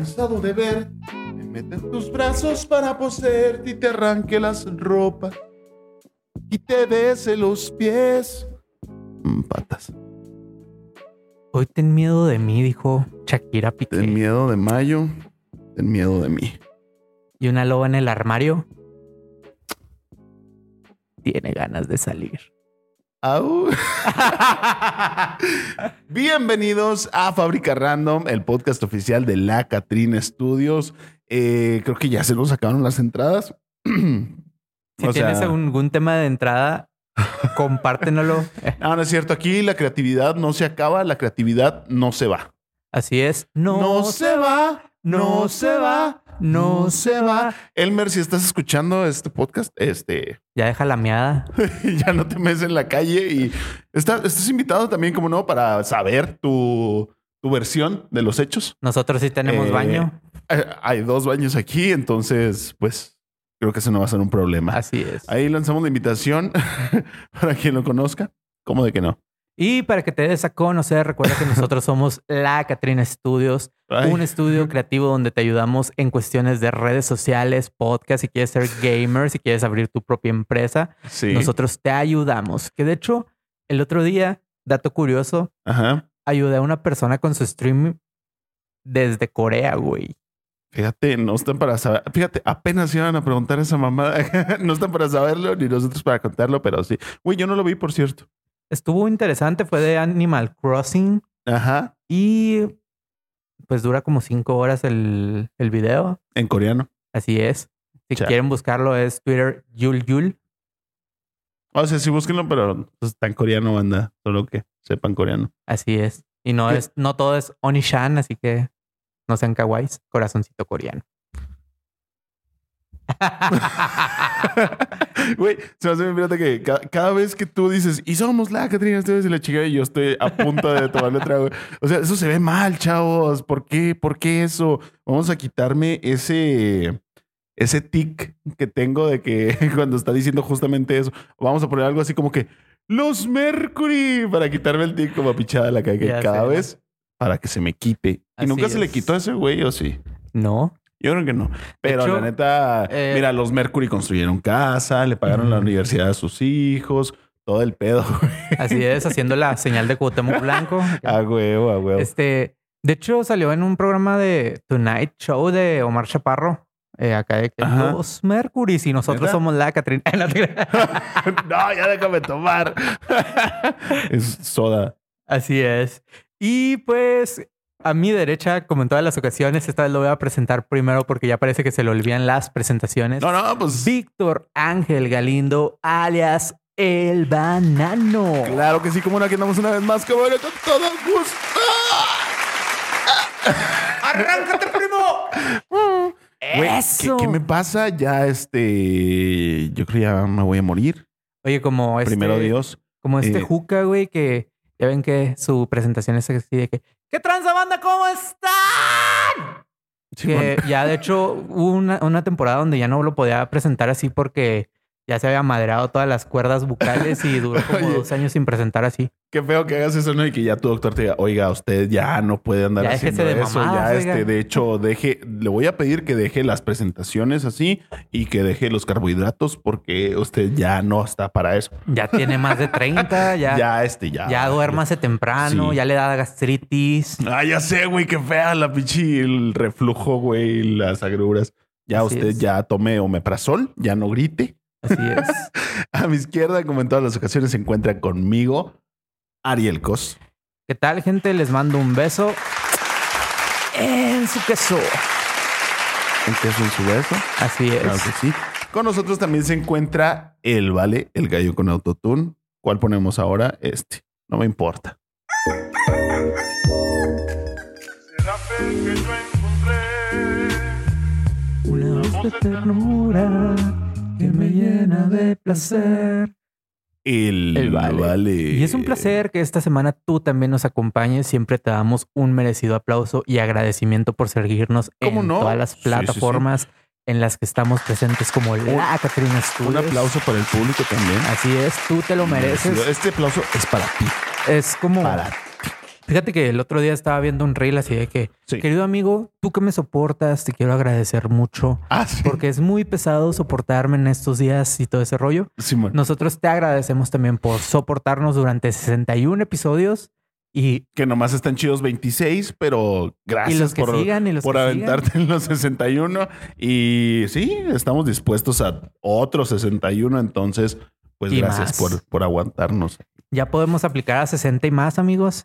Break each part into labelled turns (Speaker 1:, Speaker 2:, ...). Speaker 1: estado de ver. Me meta en tus brazos para poseerte y te arranque las ropas. Y te bese los pies. Mm, Patas.
Speaker 2: Hoy ten miedo de mí, dijo Shakira Piqué.
Speaker 1: Ten miedo de mayo. Ten miedo de mí.
Speaker 2: Y una loba en el armario tiene ganas de salir.
Speaker 1: Au. Bienvenidos a Fábrica Random, el podcast oficial de la Catrina Studios. Eh, creo que ya se nos sacaron las entradas.
Speaker 2: Si
Speaker 1: O sea-
Speaker 2: tienes algún tema de entrada, compártenlo.
Speaker 1: ah, No, no es cierto. Aquí la creatividad no se acaba, la creatividad no se va.
Speaker 2: Así es. No,
Speaker 1: va,
Speaker 2: no se va, no se va.
Speaker 1: Elmer, si estás escuchando este podcast, este,
Speaker 2: Ya deja la miada.
Speaker 1: ya no te metes en la calle y está- estás invitado también, como no, para saber tu, tu versión de los hechos.
Speaker 2: Nosotros sí tenemos
Speaker 1: Eh,
Speaker 2: baño.
Speaker 1: Eh, Hay dos baños aquí, entonces, pues, creo que eso no va a ser un problema.
Speaker 2: Así es.
Speaker 1: Ahí lanzamos la invitación para quien lo conozca. ¿Cómo de que no?
Speaker 2: Y para que te des a conocer, recuerda que nosotros somos la Catrina Studios,
Speaker 1: Ay,
Speaker 2: un estudio creativo donde te ayudamos en cuestiones de redes sociales, podcast, si quieres ser gamer, si quieres abrir tu propia empresa,
Speaker 1: sí.
Speaker 2: nosotros te ayudamos. Que de hecho, el otro día, dato curioso,
Speaker 1: Ajá.
Speaker 2: ayudé a una persona con su stream desde Corea, güey.
Speaker 1: Fíjate, no están para saber. Fíjate, apenas iban a preguntar esa mamada. no están para saberlo ni nosotros para contarlo, pero sí. Güey, yo no lo vi, por cierto.
Speaker 2: Estuvo interesante, fue de Animal Crossing
Speaker 1: Ajá.
Speaker 2: y pues dura como cinco horas el, el video.
Speaker 1: En coreano.
Speaker 2: Así es. Si
Speaker 1: Chale.
Speaker 2: quieren buscarlo es Twitter Yul Yul.
Speaker 1: O sea, sí, búsquenlo, pero pues, está en coreano, banda. Solo que sepan coreano.
Speaker 2: Así es. Y no
Speaker 1: ¿Qué?
Speaker 2: es, no todo es Onishan, así que no sean kawaiis, corazoncito coreano.
Speaker 1: Güey, se me hace bien pirata que ca- cada, vez que tú dices, y somos la Catrina, ustedes y la chica, y yo estoy a punto de tomarle trago. O sea, eso se ve mal, chavos. ¿Por qué? ¿Por qué eso? Vamos a quitarme ese. Ese tic que tengo de que cuando está diciendo justamente eso, vamos a poner algo así como que los Mercury para quitarme el tic como pichada la cagué
Speaker 2: Ya
Speaker 1: cada
Speaker 2: sé.
Speaker 1: vez para que se me quite.
Speaker 2: Así
Speaker 1: y nunca se le
Speaker 2: es.
Speaker 1: quitó a ese güey, o sí.
Speaker 2: no.
Speaker 1: Yo creo que no. Pero
Speaker 2: hecho,
Speaker 1: la neta,
Speaker 2: eh,
Speaker 1: mira, los Mercury construyeron casa, le pagaron la
Speaker 2: Ujú.
Speaker 1: universidad a sus hijos, todo el pedo. güey.
Speaker 2: Así es, haciendo la señal de Cuauhtémoc Blanco.
Speaker 1: A huevo, a huevo.
Speaker 2: Este, de hecho, salió en un programa de Tonight Show de Omar Chaparro. eh, acá de que
Speaker 1: Ajá.
Speaker 2: los Mercury y nosotros
Speaker 1: ¿Neta?
Speaker 2: somos la Catrina. No te creas.
Speaker 1: no, ya déjame tomar. es soda.
Speaker 2: Así es. Y pues a mi derecha, como en todas las ocasiones, esta vez lo voy a presentar primero porque ya parece que se le olvidan las presentaciones.
Speaker 1: No, no, pues
Speaker 2: Víctor Ángel Galindo, alias El Banano.
Speaker 1: claro que sí, como no, aquí andamos una vez más, como no, con todo gusto.
Speaker 2: ¡Arráncate, primo!
Speaker 1: Güey, ¿qué-
Speaker 2: Eso.
Speaker 1: ¿qué, me pasa? Ya este, yo creo ya me voy a morir.
Speaker 2: Oye, como este,
Speaker 1: Primero Dios.
Speaker 2: como este
Speaker 1: eh,
Speaker 2: Juca, güey, que ya ven que su presentación es así de que ¿Qué tranza banda? ¿Cómo están?
Speaker 1: Simón.
Speaker 2: que ya de hecho hubo una, una temporada donde ya no lo podía presentar así porque ya se había maderado todas las cuerdas bucales y duró como
Speaker 1: Oye.
Speaker 2: dos años sin presentar así.
Speaker 1: Qué feo que hagas eso, ¿no? Y que ya tu doctor te diga, oiga, usted ya no puede andar
Speaker 2: Ya
Speaker 1: haciendo
Speaker 2: déjese de
Speaker 1: eso.
Speaker 2: mamadas,
Speaker 1: ya,
Speaker 2: oiga".
Speaker 1: este, de hecho, deje, le voy a pedir que deje las presentaciones así y que deje los carbohidratos porque usted ya no está para eso.
Speaker 2: Ya tiene más de 30, ya,
Speaker 1: Ya,
Speaker 2: ya,
Speaker 1: este, ya.
Speaker 2: duérmase temprano,
Speaker 1: Sí.
Speaker 2: ya le da gastritis.
Speaker 1: Ah, ya sé, güey, qué fea la pinche, el reflujo, güey, y las agruras. Ya
Speaker 2: Así
Speaker 1: usted
Speaker 2: es.
Speaker 1: ya tome omeprazol, ya no grite.
Speaker 2: Así es.
Speaker 1: A mi izquierda, como en todas las ocasiones, se encuentra conmigo Ariel Cos.
Speaker 2: ¿Qué tal, gente? Les mando un beso en su queso.
Speaker 1: El que es un su beso.
Speaker 2: Así es.
Speaker 1: Claro que sí. Con nosotros también se encuentra el Vale, el gallo con autotune. ¿Cuál ponemos ahora? Este. No me importa.
Speaker 3: La fe que yo encontré
Speaker 2: Una voz de ternura que me llena de placer.
Speaker 1: El,
Speaker 2: El Vale.
Speaker 1: Vale.
Speaker 2: Y es un placer que esta semana tú también nos acompañes. Siempre te damos un merecido aplauso y agradecimiento por seguirnos
Speaker 1: ¿Cómo
Speaker 2: en
Speaker 1: no?
Speaker 2: todas las
Speaker 1: Sí, sí, sí.
Speaker 2: plataformas en las que estamos presentes como la Catrina Studios.
Speaker 1: Un aplauso para el público también.
Speaker 2: Así es, tú te lo Pues. mereces.
Speaker 1: Este aplauso es para ti.
Speaker 2: Es como
Speaker 1: Para
Speaker 2: Fíjate que el otro día estaba viendo un reel así de que,
Speaker 1: Sí.
Speaker 2: querido amigo, tú que me soportas, te quiero agradecer mucho
Speaker 1: Ah, sí.
Speaker 2: porque es muy pesado soportarme en estos días y todo ese rollo.
Speaker 1: Simón.
Speaker 2: Nosotros te agradecemos también por soportarnos durante 61 episodios y,
Speaker 1: Que nomás están chidos 26, pero
Speaker 2: y
Speaker 1: gracias
Speaker 2: los que
Speaker 1: por,
Speaker 2: sigan y los
Speaker 1: por
Speaker 2: Pues que
Speaker 1: aventarte en los 61. Y sí, estamos dispuestos a otros 61. Entonces, pues
Speaker 2: Y
Speaker 1: gracias
Speaker 2: más.
Speaker 1: por, por aguantarnos.
Speaker 2: sigan. Ya podemos aplicar a 60 y más, amigos.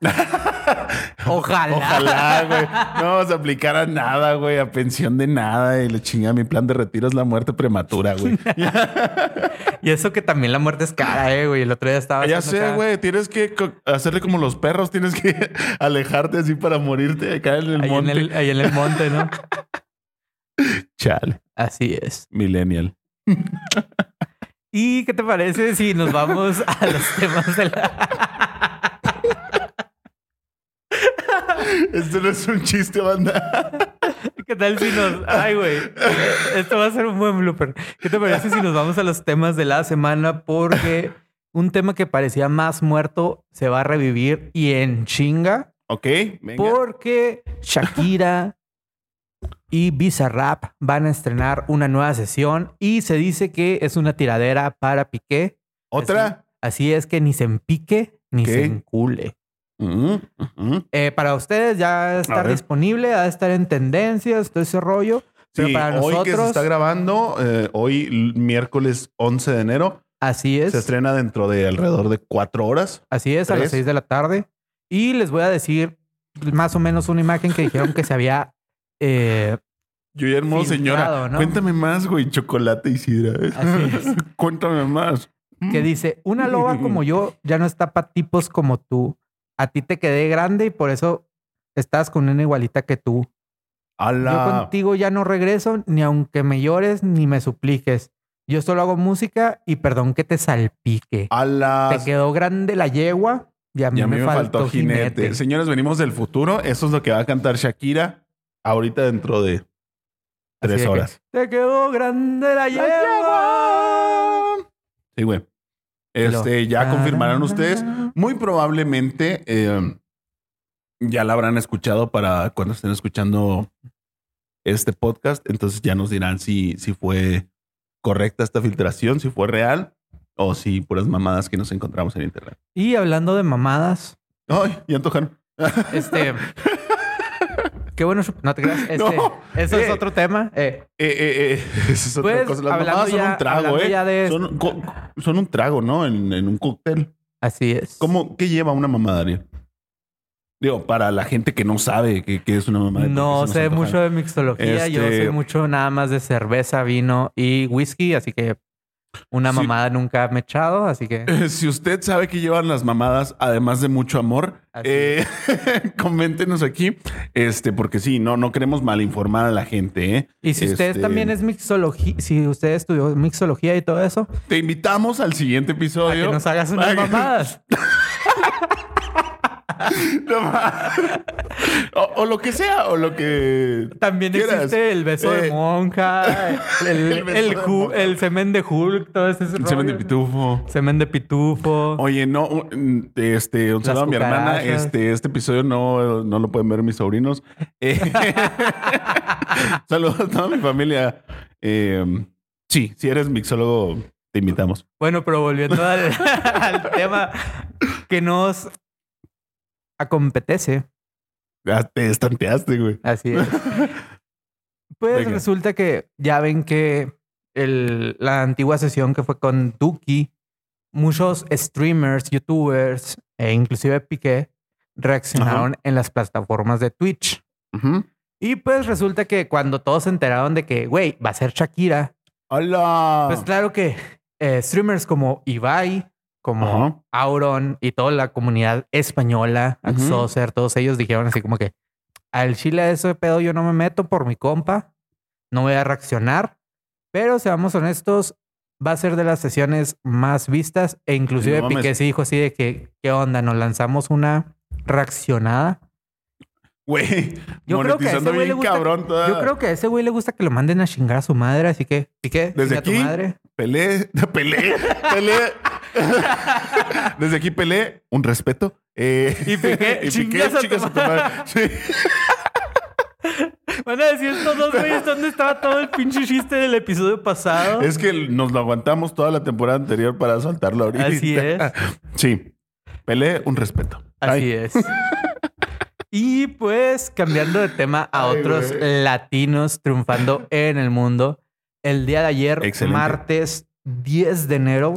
Speaker 2: Ojalá.
Speaker 1: Ojalá, güey. No vamos a aplicar a nada, güey. A pensión de nada. Y la chingada, mi plan de retiro es la muerte prematura, güey.
Speaker 2: Y eso que también la muerte es cara, eh, güey. El otro día estaba.
Speaker 1: ya
Speaker 2: haciendo
Speaker 1: sé,
Speaker 2: acá-
Speaker 1: güey. Tienes que co- hacerle como los perros. Tienes que alejarte así para morirte acá en el
Speaker 2: Ahí en
Speaker 1: monte.
Speaker 2: el, ahí en el monte, ¿no?
Speaker 1: Chale,
Speaker 2: Así es.
Speaker 1: millennial.
Speaker 2: ¿Y qué te parece si nos vamos a los temas de la.
Speaker 1: Esto no es un chiste, banda.
Speaker 2: ¿Qué tal si nos. Ay, güey. Esto va a ser un buen blooper. ¿Qué te parece si nos vamos a los temas de la semana? Porque un tema que parecía más muerto se va a revivir y en chinga.
Speaker 1: Ok, venga.
Speaker 2: Porque Shakira y Bizarrap van a estrenar una nueva sesión y se dice que es una tiradera para Piqué.
Speaker 1: ¿Otra?
Speaker 2: Así es que ni se empique ni
Speaker 1: Ok.
Speaker 2: se encule.
Speaker 1: Ujú, ujú.
Speaker 2: Eh, para ustedes ya está
Speaker 1: ver.
Speaker 2: disponible, va a estar en tendencias, todo ese rollo. Pero
Speaker 1: Sí,
Speaker 2: para
Speaker 1: hoy que se
Speaker 2: nosotros,
Speaker 1: está grabando, eh, hoy l- miércoles 11 de enero,
Speaker 2: así es,
Speaker 1: se estrena dentro de alrededor de cuatro horas.
Speaker 2: así es, a las
Speaker 1: tres.
Speaker 2: 6 de la tarde. Y les voy a decir más o menos una imagen que dijeron que se había... eh,
Speaker 1: Yo ya hermoso, señora.
Speaker 2: Filtrado, ¿no?
Speaker 1: Cuéntame más, güey. Chocolate y sidra.
Speaker 2: Así es.
Speaker 1: Cuéntame más.
Speaker 2: que dice, una loba como yo ya no está para tipos como tú. A ti te quedé grande y por eso estás con una igualita que tú. Yo
Speaker 1: Ala.
Speaker 2: contigo ya no regreso, ni aunque me llores, ni me supliques. Yo solo hago música y perdón que te salpique.
Speaker 1: Ala.
Speaker 2: Te quedó grande la yegua Ah, y a mí,
Speaker 1: Y a mí
Speaker 2: me, faltó, jinete.
Speaker 1: Señores, venimos del futuro. Eso es lo que va a cantar Shakira ahorita dentro de
Speaker 2: Así
Speaker 1: tres
Speaker 2: de que,
Speaker 1: horas.
Speaker 2: Te quedó grande la yegua.
Speaker 1: Sí, güey. Este, ya confirmarán ustedes. Muy probablemente eh, ya la habrán escuchado para cuando estén escuchando este podcast. Entonces ya nos dirán si, si fue correcta esta filtración, si fue real o si puras mamadas que nos encontramos en internet.
Speaker 2: Y hablando de mamadas,
Speaker 1: Ay, ya antojaron.
Speaker 2: este. qué bueno. No te creas. Este,
Speaker 1: No.
Speaker 2: Eso es
Speaker 1: Eh.
Speaker 2: otro tema. Eh,
Speaker 1: Eh, eh, eh, esa es otra
Speaker 2: Pues,
Speaker 1: cosa. Las
Speaker 2: hablando
Speaker 1: mamadas son
Speaker 2: ya-
Speaker 1: un trago,
Speaker 2: hablando
Speaker 1: ¿eh?
Speaker 2: ya de-
Speaker 1: Son, co- son un trago, ¿no? En, en un cóctel.
Speaker 2: así es.
Speaker 1: ¿Cómo, ¿Qué lleva una mamada, Ariel? Digo, para la gente que no sabe qué qué es una mamada. y por
Speaker 2: No
Speaker 1: qué se nos
Speaker 2: sé
Speaker 1: antoja.
Speaker 2: mucho de mixología. Yo
Speaker 1: Este-
Speaker 2: sé mucho nada más de cerveza, vino y whisky. Así que una
Speaker 1: Sí.
Speaker 2: mamada nunca me he echado. Así que
Speaker 1: Eh, Si usted sabe que llevan las mamadas, además de mucho amor,
Speaker 2: Así
Speaker 1: eh, coméntenos aquí. Este, porque sí, no, no queremos malinformar a la gente, ¿eh?
Speaker 2: Y si usted
Speaker 1: Este,
Speaker 2: también es mixología, si usted estudió mixología y todo eso,
Speaker 1: Te invitamos al siguiente
Speaker 2: para que
Speaker 1: episodio.
Speaker 2: nos hagas unas
Speaker 1: Para que-
Speaker 2: mamadas.
Speaker 1: No ma- o, o lo que sea, o lo que.
Speaker 2: También
Speaker 1: quieras.
Speaker 2: existe el beso de
Speaker 1: Eh,
Speaker 2: monja, el,
Speaker 1: el beso
Speaker 2: el
Speaker 1: de
Speaker 2: ju-
Speaker 1: monja.
Speaker 2: el semen de Hulk, todo ese
Speaker 1: El semen de
Speaker 2: rollo.
Speaker 1: pitufo.
Speaker 2: Semen de pitufo.
Speaker 1: Oye, no, un- este, un
Speaker 2: Las
Speaker 1: saludo a mi hermana.
Speaker 2: cucarachas.
Speaker 1: Este, este episodio no, no lo pueden ver mis sobrinos. Eh, saludos a toda mi familia. Eh, sí, si eres mixólogo, te invitamos.
Speaker 2: Bueno, pero volviendo al, al tema que nos acompetece.
Speaker 1: Ah, Te estanteaste, güey.
Speaker 2: Así es. Pues
Speaker 1: Venga.
Speaker 2: resulta que ya ven que el- la antigua sesión que fue con Duki, muchos streamers, youtubers e inclusive Piqué reaccionaron en las plataformas de Twitch.
Speaker 1: Ujú.
Speaker 2: Y pues resulta que cuando todos se enteraron de que, güey, va a ser Shakira,
Speaker 1: Hola.
Speaker 2: pues claro que eh, streamers como Ibai, como
Speaker 1: Ajá.
Speaker 2: Auron y toda la comunidad española,
Speaker 1: Ujú.
Speaker 2: Axoser, todos ellos dijeron así como que al chile de ese pedo yo no me meto por mi compa, no voy a reaccionar, pero seamos honestos, va a ser de las sesiones más vistas e inclusive
Speaker 1: No mames.
Speaker 2: Piqué sí dijo así de que, ¿qué onda? Nos lanzamos una reaccionada.
Speaker 1: Güey,
Speaker 2: Yo creo que a ese
Speaker 1: monetizando
Speaker 2: güey le
Speaker 1: bien
Speaker 2: gusta-
Speaker 1: cabrón toda.
Speaker 2: Yo creo que a ese güey le gusta que lo manden a chingar a su madre, así que Piqué,
Speaker 1: Desde
Speaker 2: chinga a tu
Speaker 1: aquí,
Speaker 2: madre.
Speaker 1: Pelé, Pelé, Pelé. Desde aquí, Pelé, un respeto. Eh,
Speaker 2: Y Piqué, chingas a tu
Speaker 1: chingas madre. Sí.
Speaker 2: Van a decir estos dos güeyes dónde estaba todo el pinche chiste del episodio pasado.
Speaker 1: Es que nos lo aguantamos toda la temporada anterior para soltarlo ahorita.
Speaker 2: Así es.
Speaker 1: Sí. Pele un respeto.
Speaker 2: Así
Speaker 1: Ay,
Speaker 2: es. Y pues cambiando de tema a
Speaker 1: Ay,
Speaker 2: otros
Speaker 1: güey.
Speaker 2: latinos triunfando en el mundo. El día de ayer,
Speaker 1: Excelente.
Speaker 2: martes 10 de enero.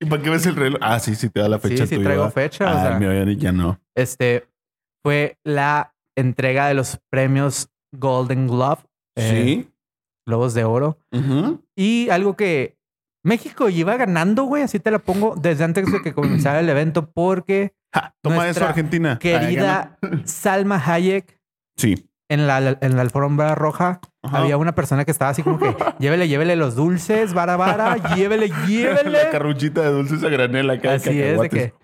Speaker 1: ¿Y para qué ves el reloj? Ah, sí, sí te da la fecha
Speaker 2: Sí, sí
Speaker 1: tuya,
Speaker 2: traigo
Speaker 1: ¿va?
Speaker 2: fecha. o
Speaker 1: Ah,
Speaker 2: sea,
Speaker 1: mío, ya- ya no.
Speaker 2: este fue la entrega de los premios Golden Glove, eh,
Speaker 1: sí.
Speaker 2: Globos de Oro.
Speaker 1: Ujú.
Speaker 2: Y algo que México iba ganando, güey, así te la pongo desde antes de que comenzara el evento, porque
Speaker 1: Ja, toma
Speaker 2: Nuestra
Speaker 1: eso, Argentina. Ah,
Speaker 2: querida
Speaker 1: ya ganó.
Speaker 2: Salma Hayek
Speaker 1: Sí.
Speaker 2: en la, en la alfombra roja
Speaker 1: Ajá.
Speaker 2: había una persona que estaba así como que llévele, llévele los dulces, vara, vara, llévele,
Speaker 1: La
Speaker 2: llévele.
Speaker 1: carruchita de dulces a granel acá. de
Speaker 2: ¿eh? Así es, de que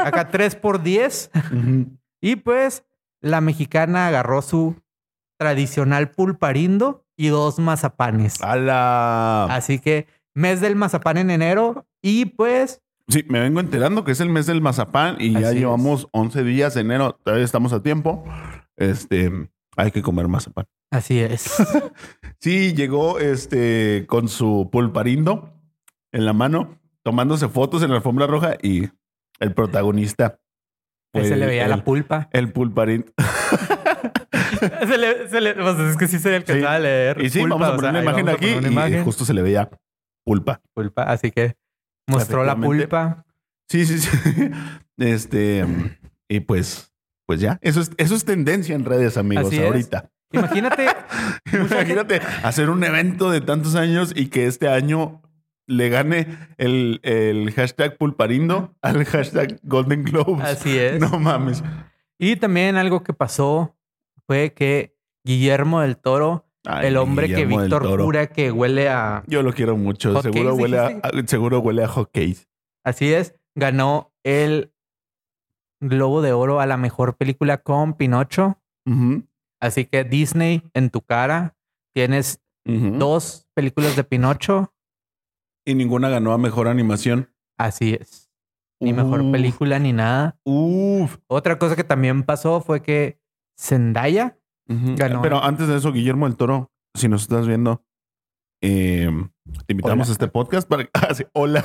Speaker 2: acá 3 por 10.
Speaker 1: cacahuates. Ujú.
Speaker 2: Y pues la mexicana agarró su tradicional pulparindo y dos mazapanes.
Speaker 1: A la...
Speaker 2: Así que mes del mazapán en enero y pues
Speaker 1: Sí, me vengo enterando que es el mes del mazapán y ya
Speaker 2: Así es.
Speaker 1: llevamos 11 días de enero. Todavía estamos a tiempo. Este, hay que comer mazapán.
Speaker 2: así es.
Speaker 1: Sí, llegó este con su pulparindo en la mano, tomándose fotos en la alfombra roja y el protagonista. fue
Speaker 2: Ahí se le
Speaker 1: el-
Speaker 2: veía la
Speaker 1: el-
Speaker 2: pulpa.
Speaker 1: El pulparindo.
Speaker 2: se le, se le- pues, es que sí se le
Speaker 1: Sí.
Speaker 2: alcanzaba a leer.
Speaker 1: Y sí,
Speaker 2: pulpa,
Speaker 1: vamos a
Speaker 2: o sea,
Speaker 1: poner una
Speaker 2: ahí
Speaker 1: imagen
Speaker 2: vamos a
Speaker 1: aquí
Speaker 2: poner una
Speaker 1: y
Speaker 2: imagen,
Speaker 1: justo se le veía pulpa.
Speaker 2: pulpa. Así que mostró la
Speaker 1: Efectivamente.
Speaker 2: pulpa.
Speaker 1: Sí, sí, sí. Este, y pues, pues ya. Eso es, eso es tendencia en redes, amigos,
Speaker 2: Así es.
Speaker 1: ahorita.
Speaker 2: Imagínate,
Speaker 1: Imagínate hacer un evento de tantos años y que este año le gane el, el hashtag pulparindo al hashtag Golden Globes.
Speaker 2: así es.
Speaker 1: Pues, No mames.
Speaker 2: Y también algo que pasó fue que Guillermo del Toro,
Speaker 1: Ay,
Speaker 2: el hombre
Speaker 1: Guillermo
Speaker 2: que
Speaker 1: del
Speaker 2: Víctor
Speaker 1: Toro.
Speaker 2: jura que huele a
Speaker 1: Yo lo quiero mucho.
Speaker 2: Hot
Speaker 1: Seguro
Speaker 2: cakes,
Speaker 1: huele, a,
Speaker 2: dijiste.
Speaker 1: seguro huele a hot cakes.
Speaker 2: Así es, ganó el Globo de Oro a la mejor película con Pinocho.
Speaker 1: Ujú,
Speaker 2: Así que Disney, en tu cara, tienes
Speaker 1: ujú.
Speaker 2: dos películas de Pinocho.
Speaker 1: Y ninguna ganó a mejor animación.
Speaker 2: Así es, ni mejor
Speaker 1: Uf,
Speaker 2: película ni nada.
Speaker 1: Uf.
Speaker 2: Otra cosa que también pasó fue que Zendaya,
Speaker 1: Ujú.
Speaker 2: Ganó. ¿eh?
Speaker 1: Pero antes de eso, Guillermo del Toro, si nos estás viendo, eh, te invitamos
Speaker 2: Hola.
Speaker 1: a este podcast para. Ah, sí, hola.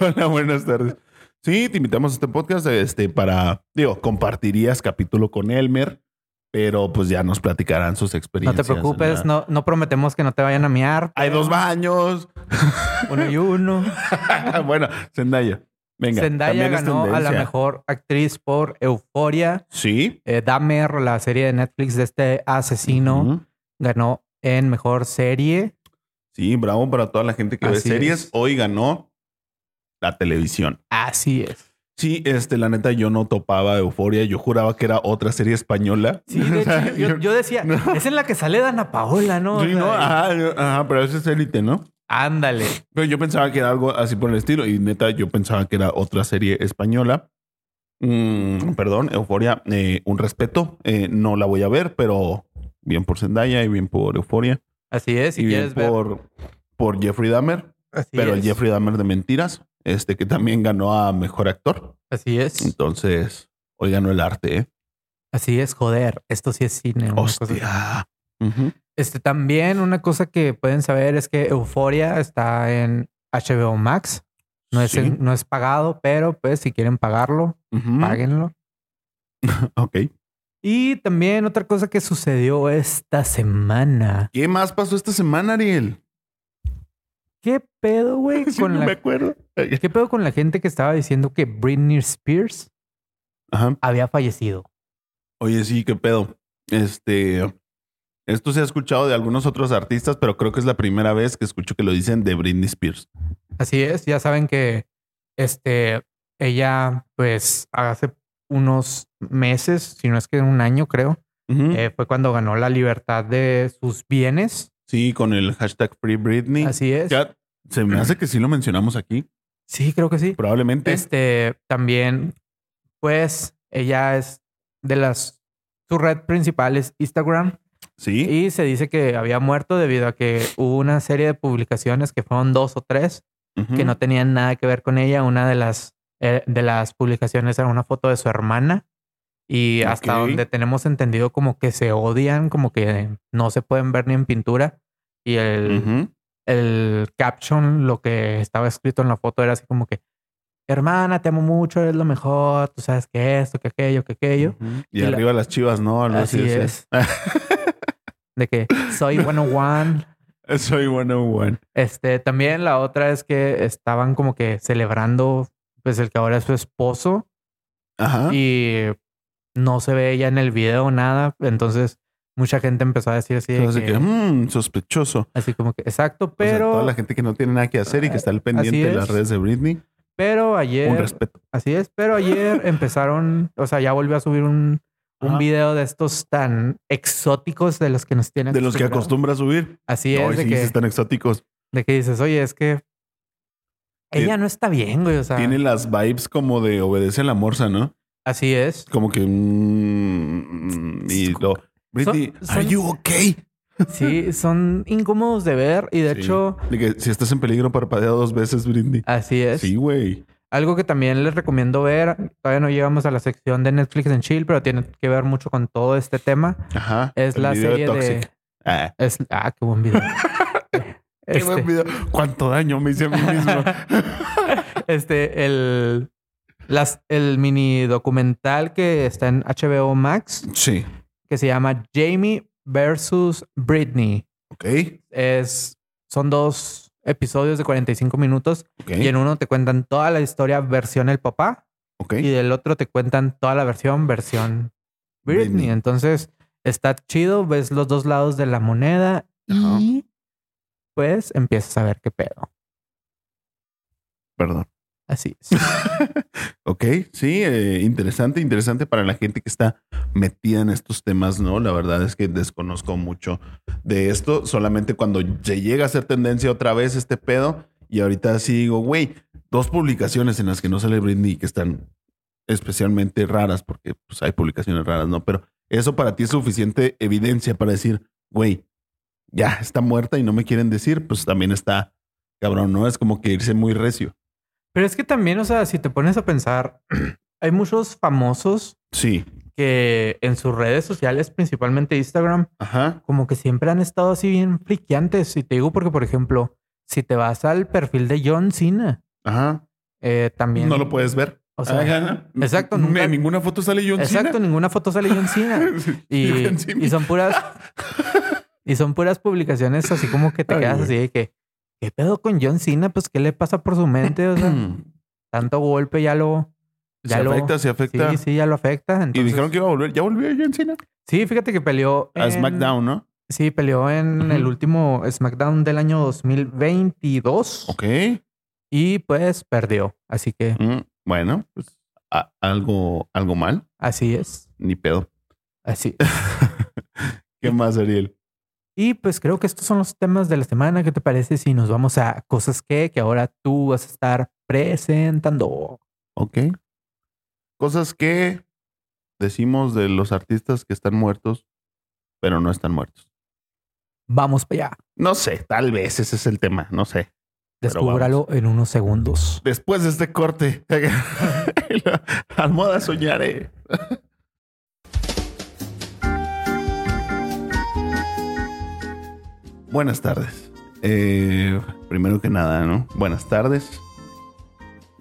Speaker 1: hola, buenas tardes. Sí, te invitamos a este podcast este, para, digo, compartirías capítulo con Elmer, pero pues ya nos platicarán sus
Speaker 2: no te
Speaker 1: experiencias.
Speaker 2: preocupes,
Speaker 1: ¿verdad?
Speaker 2: no, no prometemos que no te vayan a miar.
Speaker 1: Hay
Speaker 2: pero
Speaker 1: dos baños.
Speaker 2: Uno y uno.
Speaker 1: bueno, Zendaya. Venga.
Speaker 2: Zendaya
Speaker 1: también es
Speaker 2: ganó a la
Speaker 1: tendencia.
Speaker 2: mejor actriz por Euforia. eh,
Speaker 1: Sí.
Speaker 2: Dahmer, la serie de Netflix de este asesino.
Speaker 1: Ujú.
Speaker 2: ganó en mejor serie.
Speaker 1: Sí, bravo para toda la gente que ve
Speaker 2: Así
Speaker 1: series.
Speaker 2: es.
Speaker 1: Hoy ganó la televisión.
Speaker 2: Así es.
Speaker 1: Sí, este, la neta, yo no topaba Euforia. Yo juraba que era otra serie española.
Speaker 2: Sí, de
Speaker 1: O sea,
Speaker 2: hecho, yo, yo decía,
Speaker 1: no.
Speaker 2: es en la que sale Dana Paola, ¿no? O
Speaker 1: Sí,
Speaker 2: sea,
Speaker 1: no, Ah. ajá, yo- ajá, pero eso es élite, ¿no?
Speaker 2: Ándale.
Speaker 1: Pero yo pensaba que era algo así por el estilo. Y neta, yo pensaba que era otra serie española. Mm, perdón, Euforia, eh, un respeto. eh, no la voy a ver, pero bien por Zendaya y bien por Euforia.
Speaker 2: Así es, si
Speaker 1: y bien
Speaker 2: quieres ver.
Speaker 1: por, por Jeffrey Dahmer.
Speaker 2: Así
Speaker 1: pero el
Speaker 2: es.
Speaker 1: Jeffrey Dahmer de mentiras, este que también ganó a mejor actor.
Speaker 2: Así es.
Speaker 1: Entonces, hoy ganó el arte, ¿eh?
Speaker 2: Así es, joder. Esto sí es cine. una cosa así.
Speaker 1: Hostia. Ujú.
Speaker 2: Este también, una cosa que pueden saber es que Euforia está en HBO Max. No es,
Speaker 1: Sí.
Speaker 2: en- no es pagado, pero pues si quieren pagarlo,
Speaker 1: Ujú.
Speaker 2: páguenlo.
Speaker 1: Ok.
Speaker 2: Y también otra cosa que sucedió esta semana.
Speaker 1: ¿Qué más pasó esta semana, Ariel?
Speaker 2: ¿Qué pedo, güey?
Speaker 1: Sí,
Speaker 2: con
Speaker 1: no
Speaker 2: la
Speaker 1: me acuerdo.
Speaker 2: ¿Qué pedo con la gente que estaba diciendo que Britney Spears
Speaker 1: Ajá.
Speaker 2: había fallecido?
Speaker 1: Oye, sí, qué pedo. Este. Esto se ha escuchado de algunos otros artistas, pero creo que es la primera vez que escucho que lo dicen de Britney Spears.
Speaker 2: Así es, ya saben que este, ella, pues hace unos meses, si no es que un año creo,
Speaker 1: Ujú.
Speaker 2: eh, fue cuando ganó la libertad de sus bienes.
Speaker 1: sí, con el hashtag Free Britney.
Speaker 2: Así es.
Speaker 1: Ya se me hace que sí lo mencionamos aquí.
Speaker 2: Sí, creo que sí.
Speaker 1: Probablemente.
Speaker 2: Este, también, pues ella es de las, su red principal es Instagram.
Speaker 1: Sí.
Speaker 2: Y se dice que había muerto debido a que hubo una serie de publicaciones que fueron dos o tres
Speaker 1: Ujú.
Speaker 2: que no tenían nada que ver con ella. Una de las eh, de las publicaciones era una foto de su hermana y hasta
Speaker 1: Ok.
Speaker 2: donde tenemos entendido como que se odian, como que no se pueden ver ni en pintura y el,
Speaker 1: Ujú.
Speaker 2: el caption, lo que estaba escrito en la foto era así como que hermana, te amo mucho, eres lo mejor, tú sabes que esto, que aquello, que aquello.
Speaker 1: Ujú.
Speaker 2: y
Speaker 1: Y,
Speaker 2: la-
Speaker 1: arriba las chivas, ¿no? Algo
Speaker 2: Así
Speaker 1: decía.
Speaker 2: es. De que soy 101.
Speaker 1: Soy 101.
Speaker 2: Este, también la otra es que estaban como que celebrando, pues el que ahora es su esposo
Speaker 1: Ajá.
Speaker 2: y no se ve ella en el video nada. Entonces, mucha gente empezó a decir así, de
Speaker 1: Entonces,
Speaker 2: que-
Speaker 1: que, mm, sospechoso.
Speaker 2: así como que exacto,
Speaker 1: O sea,
Speaker 2: pero, Ah,
Speaker 1: toda la gente que no tiene nada que hacer y que está al pendiente de las
Speaker 2: es.
Speaker 1: redes de Britney,
Speaker 2: pero
Speaker 1: un
Speaker 2: ayer,
Speaker 1: respeto.
Speaker 2: así es, pero ayer empezaron, o sea, ya volvió a subir un, un
Speaker 1: Ajá.
Speaker 2: video de estos tan exóticos de los que nos tienen
Speaker 1: De los que acostumbra a subir.
Speaker 2: Así
Speaker 1: Ay,
Speaker 2: es, de,
Speaker 1: sí, sí
Speaker 2: que,
Speaker 1: están exóticos.
Speaker 2: de que dices, oye, es que
Speaker 1: Tien-
Speaker 2: ella no está bien, güey, o sea,
Speaker 1: Tiene las vibes como de obedece a la morsa, ¿no?
Speaker 2: así es.
Speaker 1: Como que... mm, mm, y lo... Britney,
Speaker 2: son-
Speaker 1: ¿are you okay?
Speaker 2: Sí, son incómodos de ver y de
Speaker 1: Sí.
Speaker 2: hecho,
Speaker 1: De que si estás en peligro, parpadea dos veces, Britney.
Speaker 2: así es.
Speaker 1: Sí, güey.
Speaker 2: Algo que también les recomiendo ver, todavía no llegamos a la sección de Netflix en Chill, pero tiene que ver mucho con todo este tema,
Speaker 1: Ajá.
Speaker 2: es
Speaker 1: El
Speaker 2: la
Speaker 1: video
Speaker 2: serie de...
Speaker 1: Toxic. Ah,
Speaker 2: es- ah, qué buen video.
Speaker 1: qué buen
Speaker 2: este,
Speaker 1: video. ¿Cuánto daño me hice a mí mismo?
Speaker 2: este, el, las, el mini documental que está en HBO Max,
Speaker 1: sí.
Speaker 2: que se llama Jamie versus Britney.
Speaker 1: Ok.
Speaker 2: Es, son dos episodios de 45 minutos
Speaker 1: Ok.
Speaker 2: Y en uno te cuentan toda la historia versión el papá
Speaker 1: Ok.
Speaker 2: y del otro te cuentan toda la versión versión Britney.
Speaker 1: Britney.
Speaker 2: Entonces está chido, ves los dos lados de la moneda
Speaker 1: Ajá.
Speaker 2: y pues empiezas a ver qué pedo.
Speaker 1: Perdón.
Speaker 2: Así es.
Speaker 1: Ok, sí, eh, interesante, interesante para la gente que está metida en estos temas, ¿no? La verdad es que desconozco mucho de esto, solamente cuando se llega a hacer tendencia otra vez este pedo, y ahorita sí digo, güey, dos publicaciones en las que no sale Britney que están especialmente raras, porque pues hay publicaciones raras, ¿no? Pero eso para ti es suficiente evidencia para decir, güey, ya está muerta y no me quieren decir, pues también está cabrón, ¿no? Es como que irse muy recio.
Speaker 2: Pero es que también, o sea, si te pones a pensar, hay muchos famosos
Speaker 1: Sí,
Speaker 2: que en sus redes sociales, principalmente Instagram,
Speaker 1: ajá,
Speaker 2: como que siempre han estado así bien friqueantes. Y te digo porque, por ejemplo, si te vas al perfil de John Cena,
Speaker 1: ajá.
Speaker 2: eh, también...
Speaker 1: No lo puedes ver.
Speaker 2: O sea,
Speaker 1: Ajá.
Speaker 2: exacto,
Speaker 1: Ni-
Speaker 2: nunca-
Speaker 1: En ninguna foto sale John
Speaker 2: Exacto,
Speaker 1: Cena.
Speaker 2: ninguna foto sale John Cena. Y,
Speaker 1: John Cena.
Speaker 2: y son puras. y son puras publicaciones así como que te
Speaker 1: Ay,
Speaker 2: quedas
Speaker 1: güey.
Speaker 2: así de que. ¿Qué pedo con John Cena? Pues, ¿qué le pasa por su mente? O sea, tanto golpe ya lo.
Speaker 1: se
Speaker 2: ya lo-
Speaker 1: afecta, se afecta.
Speaker 2: Sí, sí, ya lo afecta.
Speaker 1: y
Speaker 2: entonces- Em,
Speaker 1: dijeron que iba a volver. Ya volvió John Cena.
Speaker 2: Sí, fíjate que peleó.
Speaker 1: A
Speaker 2: en-
Speaker 1: SmackDown, ¿no?
Speaker 2: Sí, peleó en
Speaker 1: Ujú.
Speaker 2: el último SmackDown del año 2022.
Speaker 1: Ok.
Speaker 2: Y pues perdió. Así que
Speaker 1: Mm, Bueno, pues a- algo, algo mal.
Speaker 2: así es.
Speaker 1: Ni pedo.
Speaker 2: Así.
Speaker 1: ¿Qué más, Ariel?
Speaker 2: Y pues creo que estos son los temas de la semana. ¿Qué te parece si nos vamos a cosas que, que ahora tú vas a estar presentando?
Speaker 1: Ok. Cosas que decimos de los artistas que están muertos, pero no están muertos.
Speaker 2: Vamos para allá.
Speaker 1: No sé, tal vez ese es el tema. No sé. Pero vamos.
Speaker 2: Descúbralo en unos segundos.
Speaker 1: después de este corte. Almohada soñaré. Buenas tardes. Eh, primero que nada, ¿no? Buenas tardes.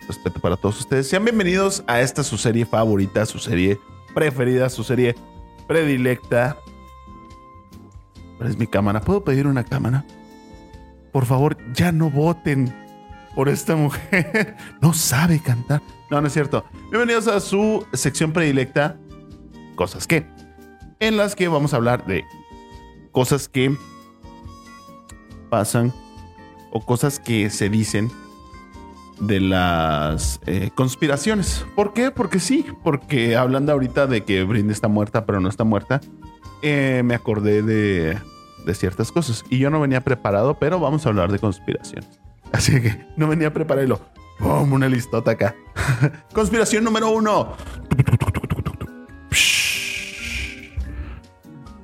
Speaker 1: Respeto para todos ustedes. Sean bienvenidos a esta su serie favorita, su serie preferida, su serie predilecta. ¿Cuál es mi cámara? ¿Puedo pedir una cámara? Por favor, ya no voten por esta mujer. No sabe cantar. No, no es cierto. Bienvenidos a su sección predilecta, Cosas que, en las que vamos a hablar de cosas que pasan o cosas que se dicen de las eh, conspiraciones. ¿Por qué? Porque sí, porque hablando ahorita de que Britney está muerta, pero no está muerta, eh, me acordé de, de ciertas cosas. Y yo no venía preparado, pero vamos a hablar de conspiraciones. Así que no venía prepararlo. ¡Pum! Una listota acá. Conspiración número uno.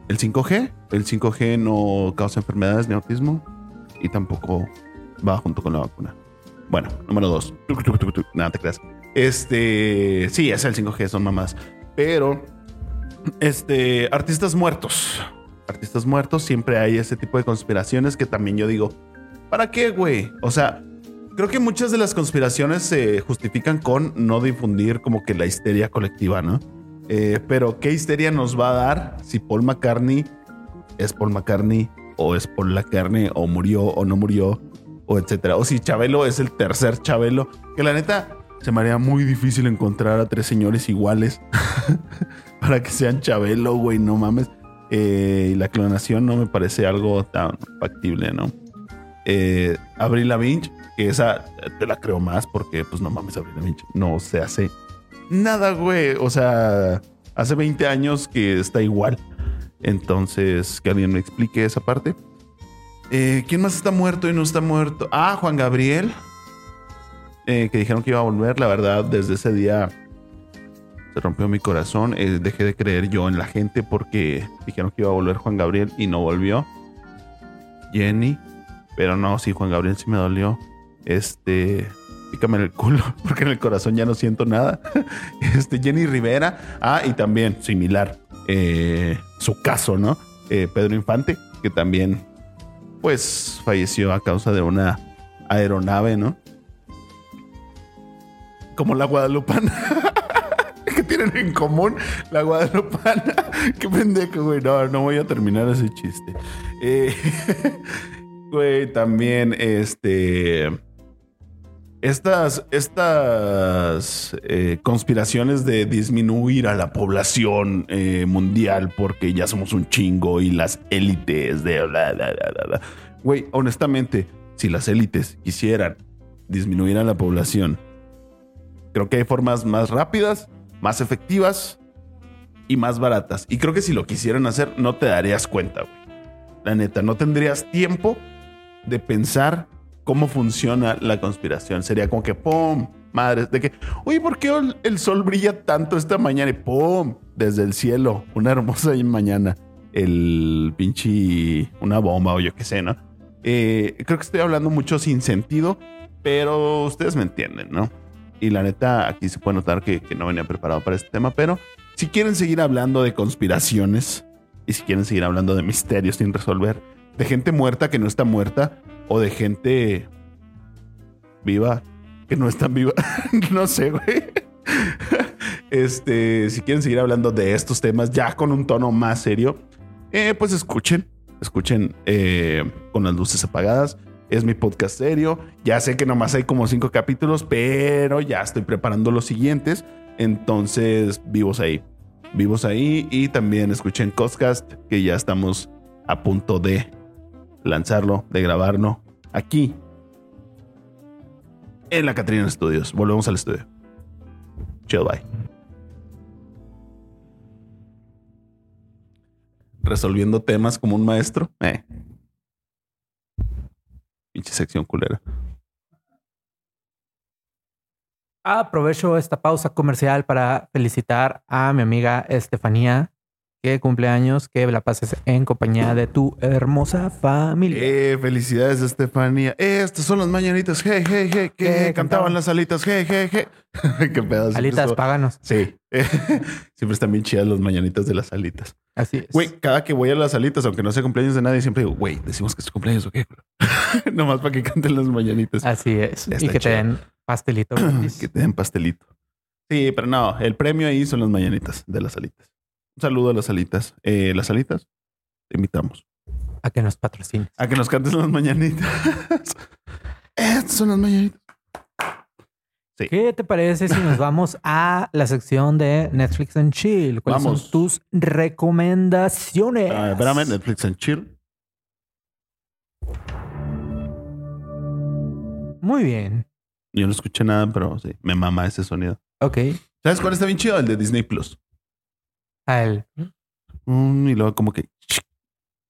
Speaker 1: El 5G. El 5G no causa enfermedades ni autismo. Y tampoco va junto con la vacuna. Bueno, número dos. Tuc, tuc, tuc, tuc. Nada, te creas. Este. Sí, es el 5G, son mamás. Pero. Este. Artistas muertos. Artistas muertos. Siempre hay ese tipo de conspiraciones que también yo digo. ¿Para qué, güey? O sea, creo que muchas de las conspiraciones se justifican con no difundir como que la histeria colectiva, ¿no? Eh, pero, ¿qué histeria nos va a dar si Paul McCartney es Paul McCartney o es Paul la carne o murió o no murió o etcétera. O si Chabelo es el tercer Chabelo, que la neta se me haría muy difícil encontrar a tres señores iguales para que sean Chabelo, güey, no mames. Eh, y la clonación no me parece algo tan factible, ¿no? Eh, Abril Lavigne, que esa eh, te la creo más porque, pues no mames, Abril Lavigne no se hace nada, güey. O sea, hace 20 años que está igual. Entonces, que alguien me explique esa parte. Eh, ¿Quién más está muerto y no está muerto? Ah, Juan Gabriel. eh, que dijeron que iba a volver. La verdad, desde ese día se rompió mi corazón. Eh, dejé de creer yo en la gente porque dijeron que iba a volver Juan Gabriel y no volvió. Jenny. Pero no, sí, Juan Gabriel sí me dolió. Este. Pícame en el culo porque en el corazón ya no siento nada. Este, Jenny Rivera. Ah, y también similar. eh, su caso, ¿no? Eh, Pedro Infante, que también pues falleció a causa de una aeronave, ¿no? Como la guadalupana. que tienen en común la guadalupana. Qué pendejo, güey. No, no voy a terminar ese chiste. Eh, güey, también este... Estas, estas eh, conspiraciones de disminuir a la población eh, mundial porque ya somos un chingo y las élites de bla, bla, bla, bla, bla. Güey, honestamente, si las élites quisieran disminuir a la población, creo que hay formas más rápidas, más efectivas y más baratas. Y creo que si lo quisieran hacer, no te darías cuenta, güey. La neta, no tendrías tiempo de pensar cómo funciona la conspiración. Sería como que, ¡pum! Madres, de que, oye, ¿por qué el, el sol brilla tanto esta mañana? Y ¡pum! Desde el cielo, una hermosa mañana. El pinche, una bomba o yo qué sé, ¿no? Eh, creo que estoy hablando mucho sin sentido, pero ustedes me entienden, ¿no? Y la neta, aquí se puede notar que, que no venía preparado para este tema, pero si quieren seguir hablando de conspiraciones y si quieren seguir hablando de misterios sin resolver, de gente muerta que no está muerta o de gente viva que no está viva, no sé, güey. Este, si quieren seguir hablando de estos temas ya con un tono más serio, eh, pues escuchen, escuchen eh, con las luces apagadas. Es mi podcast serio. Ya sé que nomás hay como cinco capítulos, pero ya estoy preparando los siguientes. Entonces, vivos ahí. Vivos ahí y también escuchen Coscast, que ya estamos a punto de lanzarlo, de grabarlo aquí en la Catrina Studios. Volvemos al estudio. Chill, bye. Resolviendo temas como un maestro. Eh. Pinche sección culera.
Speaker 2: Aprovecho esta pausa comercial para felicitar a mi amiga Estefanía, que cumple años, que la pases en compañía de tu hermosa familia.
Speaker 1: Eh, felicidades, Estefanía. Eh, estas son las mañanitas. Hey, hey, hey. Que
Speaker 2: Eh,
Speaker 1: cantaban,
Speaker 2: cantaban.
Speaker 1: las alitas. Hey, hey, hey. Qué pedazo.
Speaker 2: Alitas, páganos.
Speaker 1: Sí. siempre están bien chidas las mañanitas de las alitas.
Speaker 2: Así es.
Speaker 1: Güey, cada que voy a las alitas, aunque no sea cumpleaños de nadie, siempre digo, güey, decimos que es tu cumpleaños o qué. Nomás para que canten las mañanitas.
Speaker 2: Así es.
Speaker 1: Está
Speaker 2: Y que te
Speaker 1: chido.
Speaker 2: den pastelito. gratis.
Speaker 1: que te den pastelito. Sí, pero no, el premio ahí son las mañanitas de las alitas. Un saludo a las alitas. Eh, las alitas, te invitamos
Speaker 2: a que nos patrocine.
Speaker 1: a que nos cantes las mañanitas. Estas son las mañanitas.
Speaker 2: ¿Qué te parece si nos vamos a la sección de Netflix and Chill? ¿Cuáles
Speaker 1: Vamos.
Speaker 2: son tus recomendaciones?
Speaker 1: Ah, espérame, Netflix and chill.
Speaker 2: Muy bien.
Speaker 1: Yo no escuché nada, pero sí, me mama ese sonido.
Speaker 2: Ok.
Speaker 1: ¿Sabes cuál está bien chido? El de Disney Plus.
Speaker 2: A él.
Speaker 1: Mm, y luego como que... chic.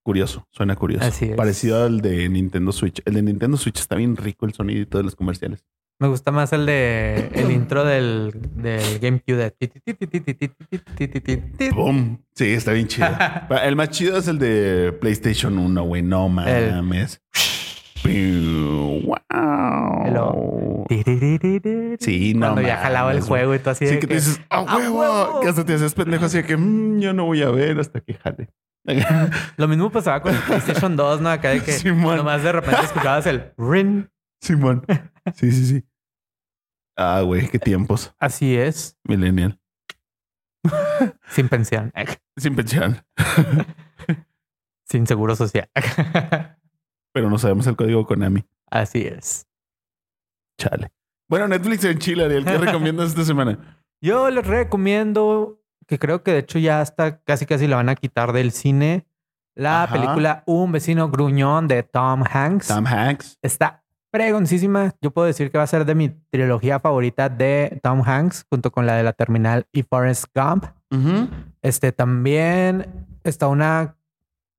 Speaker 1: Curioso, suena curioso.
Speaker 2: Así es.
Speaker 1: Parecido al de Nintendo Switch. El de Nintendo Switch está bien rico el sonidito de los comerciales.
Speaker 2: Me gusta más el de el intro del, del GameCube de ti, ti, ti, ti, ti, ti, ti, ti, ti, ti, ti.
Speaker 1: ¡Pum! Sí, está bien chido. Pa- el más chido es el de PlayStation 1, güey. No mames. Piu, wow.
Speaker 2: Hello.
Speaker 1: Sí, no
Speaker 2: Cuando ya
Speaker 1: mames,
Speaker 2: jalaba el
Speaker 1: güey.
Speaker 2: juego y todo así.
Speaker 1: Sí, que
Speaker 2: de que-
Speaker 1: te dices, ¡ah,
Speaker 2: ¡A
Speaker 1: huevo!
Speaker 2: huevo!
Speaker 1: Que hasta te haces pendejo así de que, "Mm, yo no voy a ver hasta que jale.
Speaker 2: Lo mismo pasaba con el PlayStation 2, ¿no? Acá de que
Speaker 1: Simón.
Speaker 2: nomás de repente escuchabas el rin.
Speaker 1: Simón. Sí, sí, sí. Ah, güey, qué tiempos.
Speaker 2: Así es,
Speaker 1: Millennial.
Speaker 2: sin pensión,
Speaker 1: Sin pensión.
Speaker 2: sin seguro social.
Speaker 1: Pero no sabemos el código Konami.
Speaker 2: Así es.
Speaker 1: Chale. Bueno, Netflix en Chile, Ariel. ¿Qué recomiendas esta semana?
Speaker 2: Yo les recomiendo, que creo que de hecho ya hasta casi casi la van a quitar del cine, la
Speaker 1: Ajá.
Speaker 2: película Un vecino gruñón de Tom Hanks.
Speaker 1: Sam Hacks.
Speaker 2: Está pregoncísima. Yo puedo decir que va a ser de mi trilogía favorita de Tom Hanks, junto con la de la terminal y Forrest Gump. Este también está una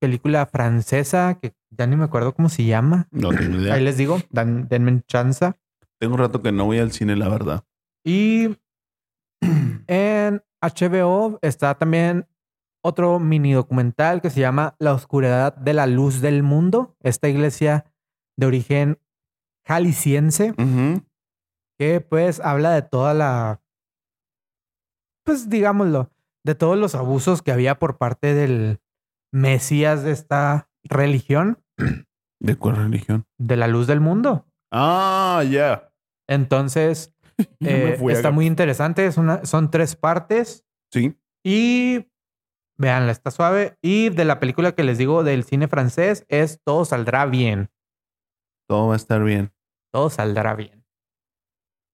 Speaker 2: película francesa que ya ni me acuerdo cómo se llama.
Speaker 1: No tengo idea.
Speaker 2: Ahí les digo, dan, denme chance.
Speaker 1: Tengo un rato que no voy al cine, la verdad.
Speaker 2: Y en HBO está también otro mini documental que se llama La oscuridad de la luz del mundo. Esta iglesia de origen jalisciense
Speaker 1: Ujú.
Speaker 2: que pues habla de toda la, pues digámoslo, de todos los abusos que había por parte del Mesías de esta religión,
Speaker 1: ¿De cuál religión?
Speaker 2: de la luz del mundo.
Speaker 1: Ah, ya.
Speaker 2: Entonces,
Speaker 1: Yo
Speaker 2: eh,
Speaker 1: me fui a-
Speaker 2: está muy interesante, es una, son tres partes
Speaker 1: Sí.
Speaker 2: y véanla, está suave. Y de la película que les digo del cine francés es Todo saldrá bien,
Speaker 1: Todo va a estar bien.
Speaker 2: todo saldrá bien.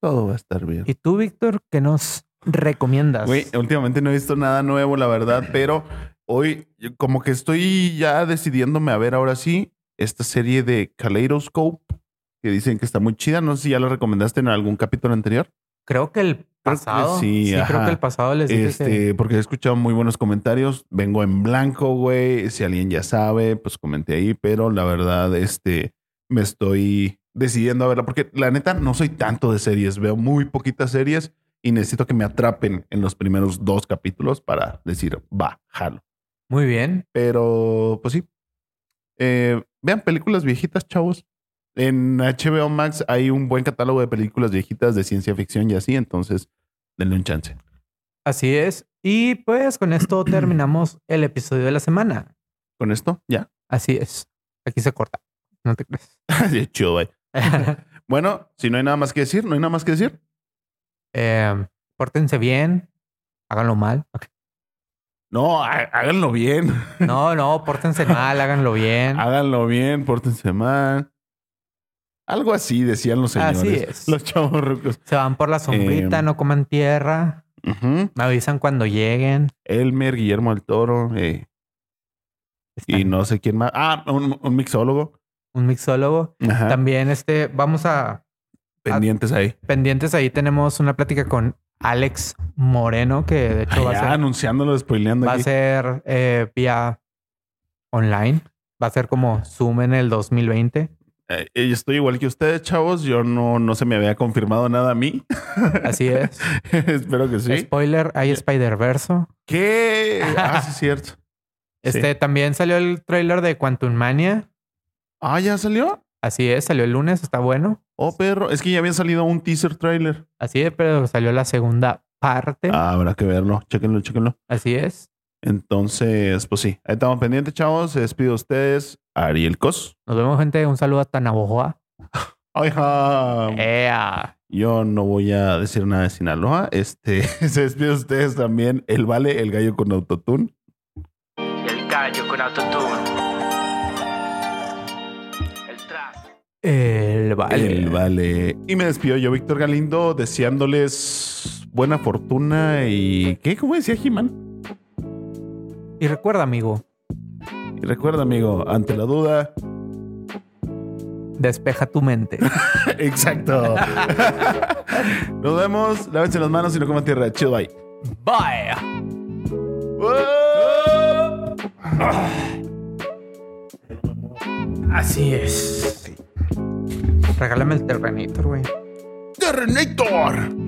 Speaker 1: Todo va a estar bien.
Speaker 2: ¿Y tú, Víctor, qué nos recomiendas?
Speaker 1: Güey, eh, últimamente no he visto nada nuevo, la verdad, pero hoy yo como que estoy ya decidiéndome a ver ahora sí esta serie de Kaleidoscope que dicen que está muy chida. No sé si ya la recomendaste en algún capítulo anterior.
Speaker 2: creo que el pasado,
Speaker 1: sí,
Speaker 2: sí, creo
Speaker 1: ajá.
Speaker 2: que el pasado les dije que-
Speaker 1: Este, porque he escuchado muy buenos comentarios. Vengo en blanco, güey. Si alguien ya sabe, pues comenté ahí, pero la verdad, este, me estoy decidiendo a verla, porque la neta no soy tanto de series, veo muy poquitas series y necesito que me atrapen en los primeros dos capítulos para decir, va, jalo.
Speaker 2: Muy bien.
Speaker 1: Pero, pues sí. Eh, vean películas viejitas, chavos. En HBO Max hay un buen catálogo de películas viejitas de ciencia ficción y así, entonces denle un chance.
Speaker 2: Así es. Y pues con esto terminamos el episodio de la semana.
Speaker 1: Con esto, ya.
Speaker 2: Así es. Aquí se corta. No te crees.
Speaker 1: Sí, chido, güey. Bueno, si no hay nada más que decir, no hay nada más que decir.
Speaker 2: Em, pórtense bien. Háganlo mal.
Speaker 1: No, há- háganlo bien.
Speaker 2: No, no, pórtense mal, háganlo bien.
Speaker 1: Háganlo bien, pórtense mal. Algo así decían los señores.
Speaker 2: Así es.
Speaker 1: Los chavos rucos.
Speaker 2: Se van por la sombrita,
Speaker 1: Em.
Speaker 2: no coman tierra.
Speaker 1: Ujú.
Speaker 2: Me avisan cuando lleguen.
Speaker 1: Elmer, Guillermo del Toro eh, y
Speaker 2: Está
Speaker 1: no sé quién más. Ah, un, un mixólogo.
Speaker 2: Un mixólogo.
Speaker 1: Ajá.
Speaker 2: También este, vamos a
Speaker 1: Pendientes ahí.
Speaker 2: pendientes. Ahí tenemos una plática con Alex Moreno, que de hecho va
Speaker 1: Ya,
Speaker 2: a ser
Speaker 1: anunciándolo, spoileando
Speaker 2: Va a
Speaker 1: aquí.
Speaker 2: ser eh, vía online. Va a ser como Zoom en el 2020.
Speaker 1: Eh, eh, estoy igual que ustedes, chavos. Yo no, no se me había confirmado nada a mí.
Speaker 2: Así es.
Speaker 1: Espero que sí.
Speaker 2: Spoiler, hay Spider-Verse.
Speaker 1: ¿Qué? Ah, sí, es cierto.
Speaker 2: Este también salió el tráiler de Quantum Mania.
Speaker 1: Ah, ya salió.
Speaker 2: Así es, salió el lunes, está bueno.
Speaker 1: Oh, perro. Es que ya había salido un teaser trailer.
Speaker 2: Así es, pero salió la segunda parte.
Speaker 1: Ah, habrá que verlo. Chéquenlo, chéquenlo.
Speaker 2: Así es.
Speaker 1: Entonces, pues sí. Ahí estamos pendientes, chavos. Se despide de ustedes. Ariel Cos.
Speaker 2: Nos vemos, gente. Un saludo a Tanabojoa.
Speaker 1: Ay, ja.
Speaker 2: ¡Ea!
Speaker 1: Yo no voy a decir nada de Sinaloa. Este, se despide de ustedes también. El Vale, el gallo con autotune.
Speaker 2: El gallo con autotune. El trazo.
Speaker 1: El Vale. Y me despido yo, Víctor Galindo, deseándoles buena fortuna y... ¿Qué? ¿Cómo decía He-Man?
Speaker 2: Y recuerda, amigo,
Speaker 1: Y recuerda, amigo, ante la duda...
Speaker 2: despeja tu mente.
Speaker 1: Exacto. Nos vemos. Lávense las manos y no coman tierra. Chido, bye.
Speaker 2: Bye. Así es. Regálame el Terminator, güey.
Speaker 1: Terrenator.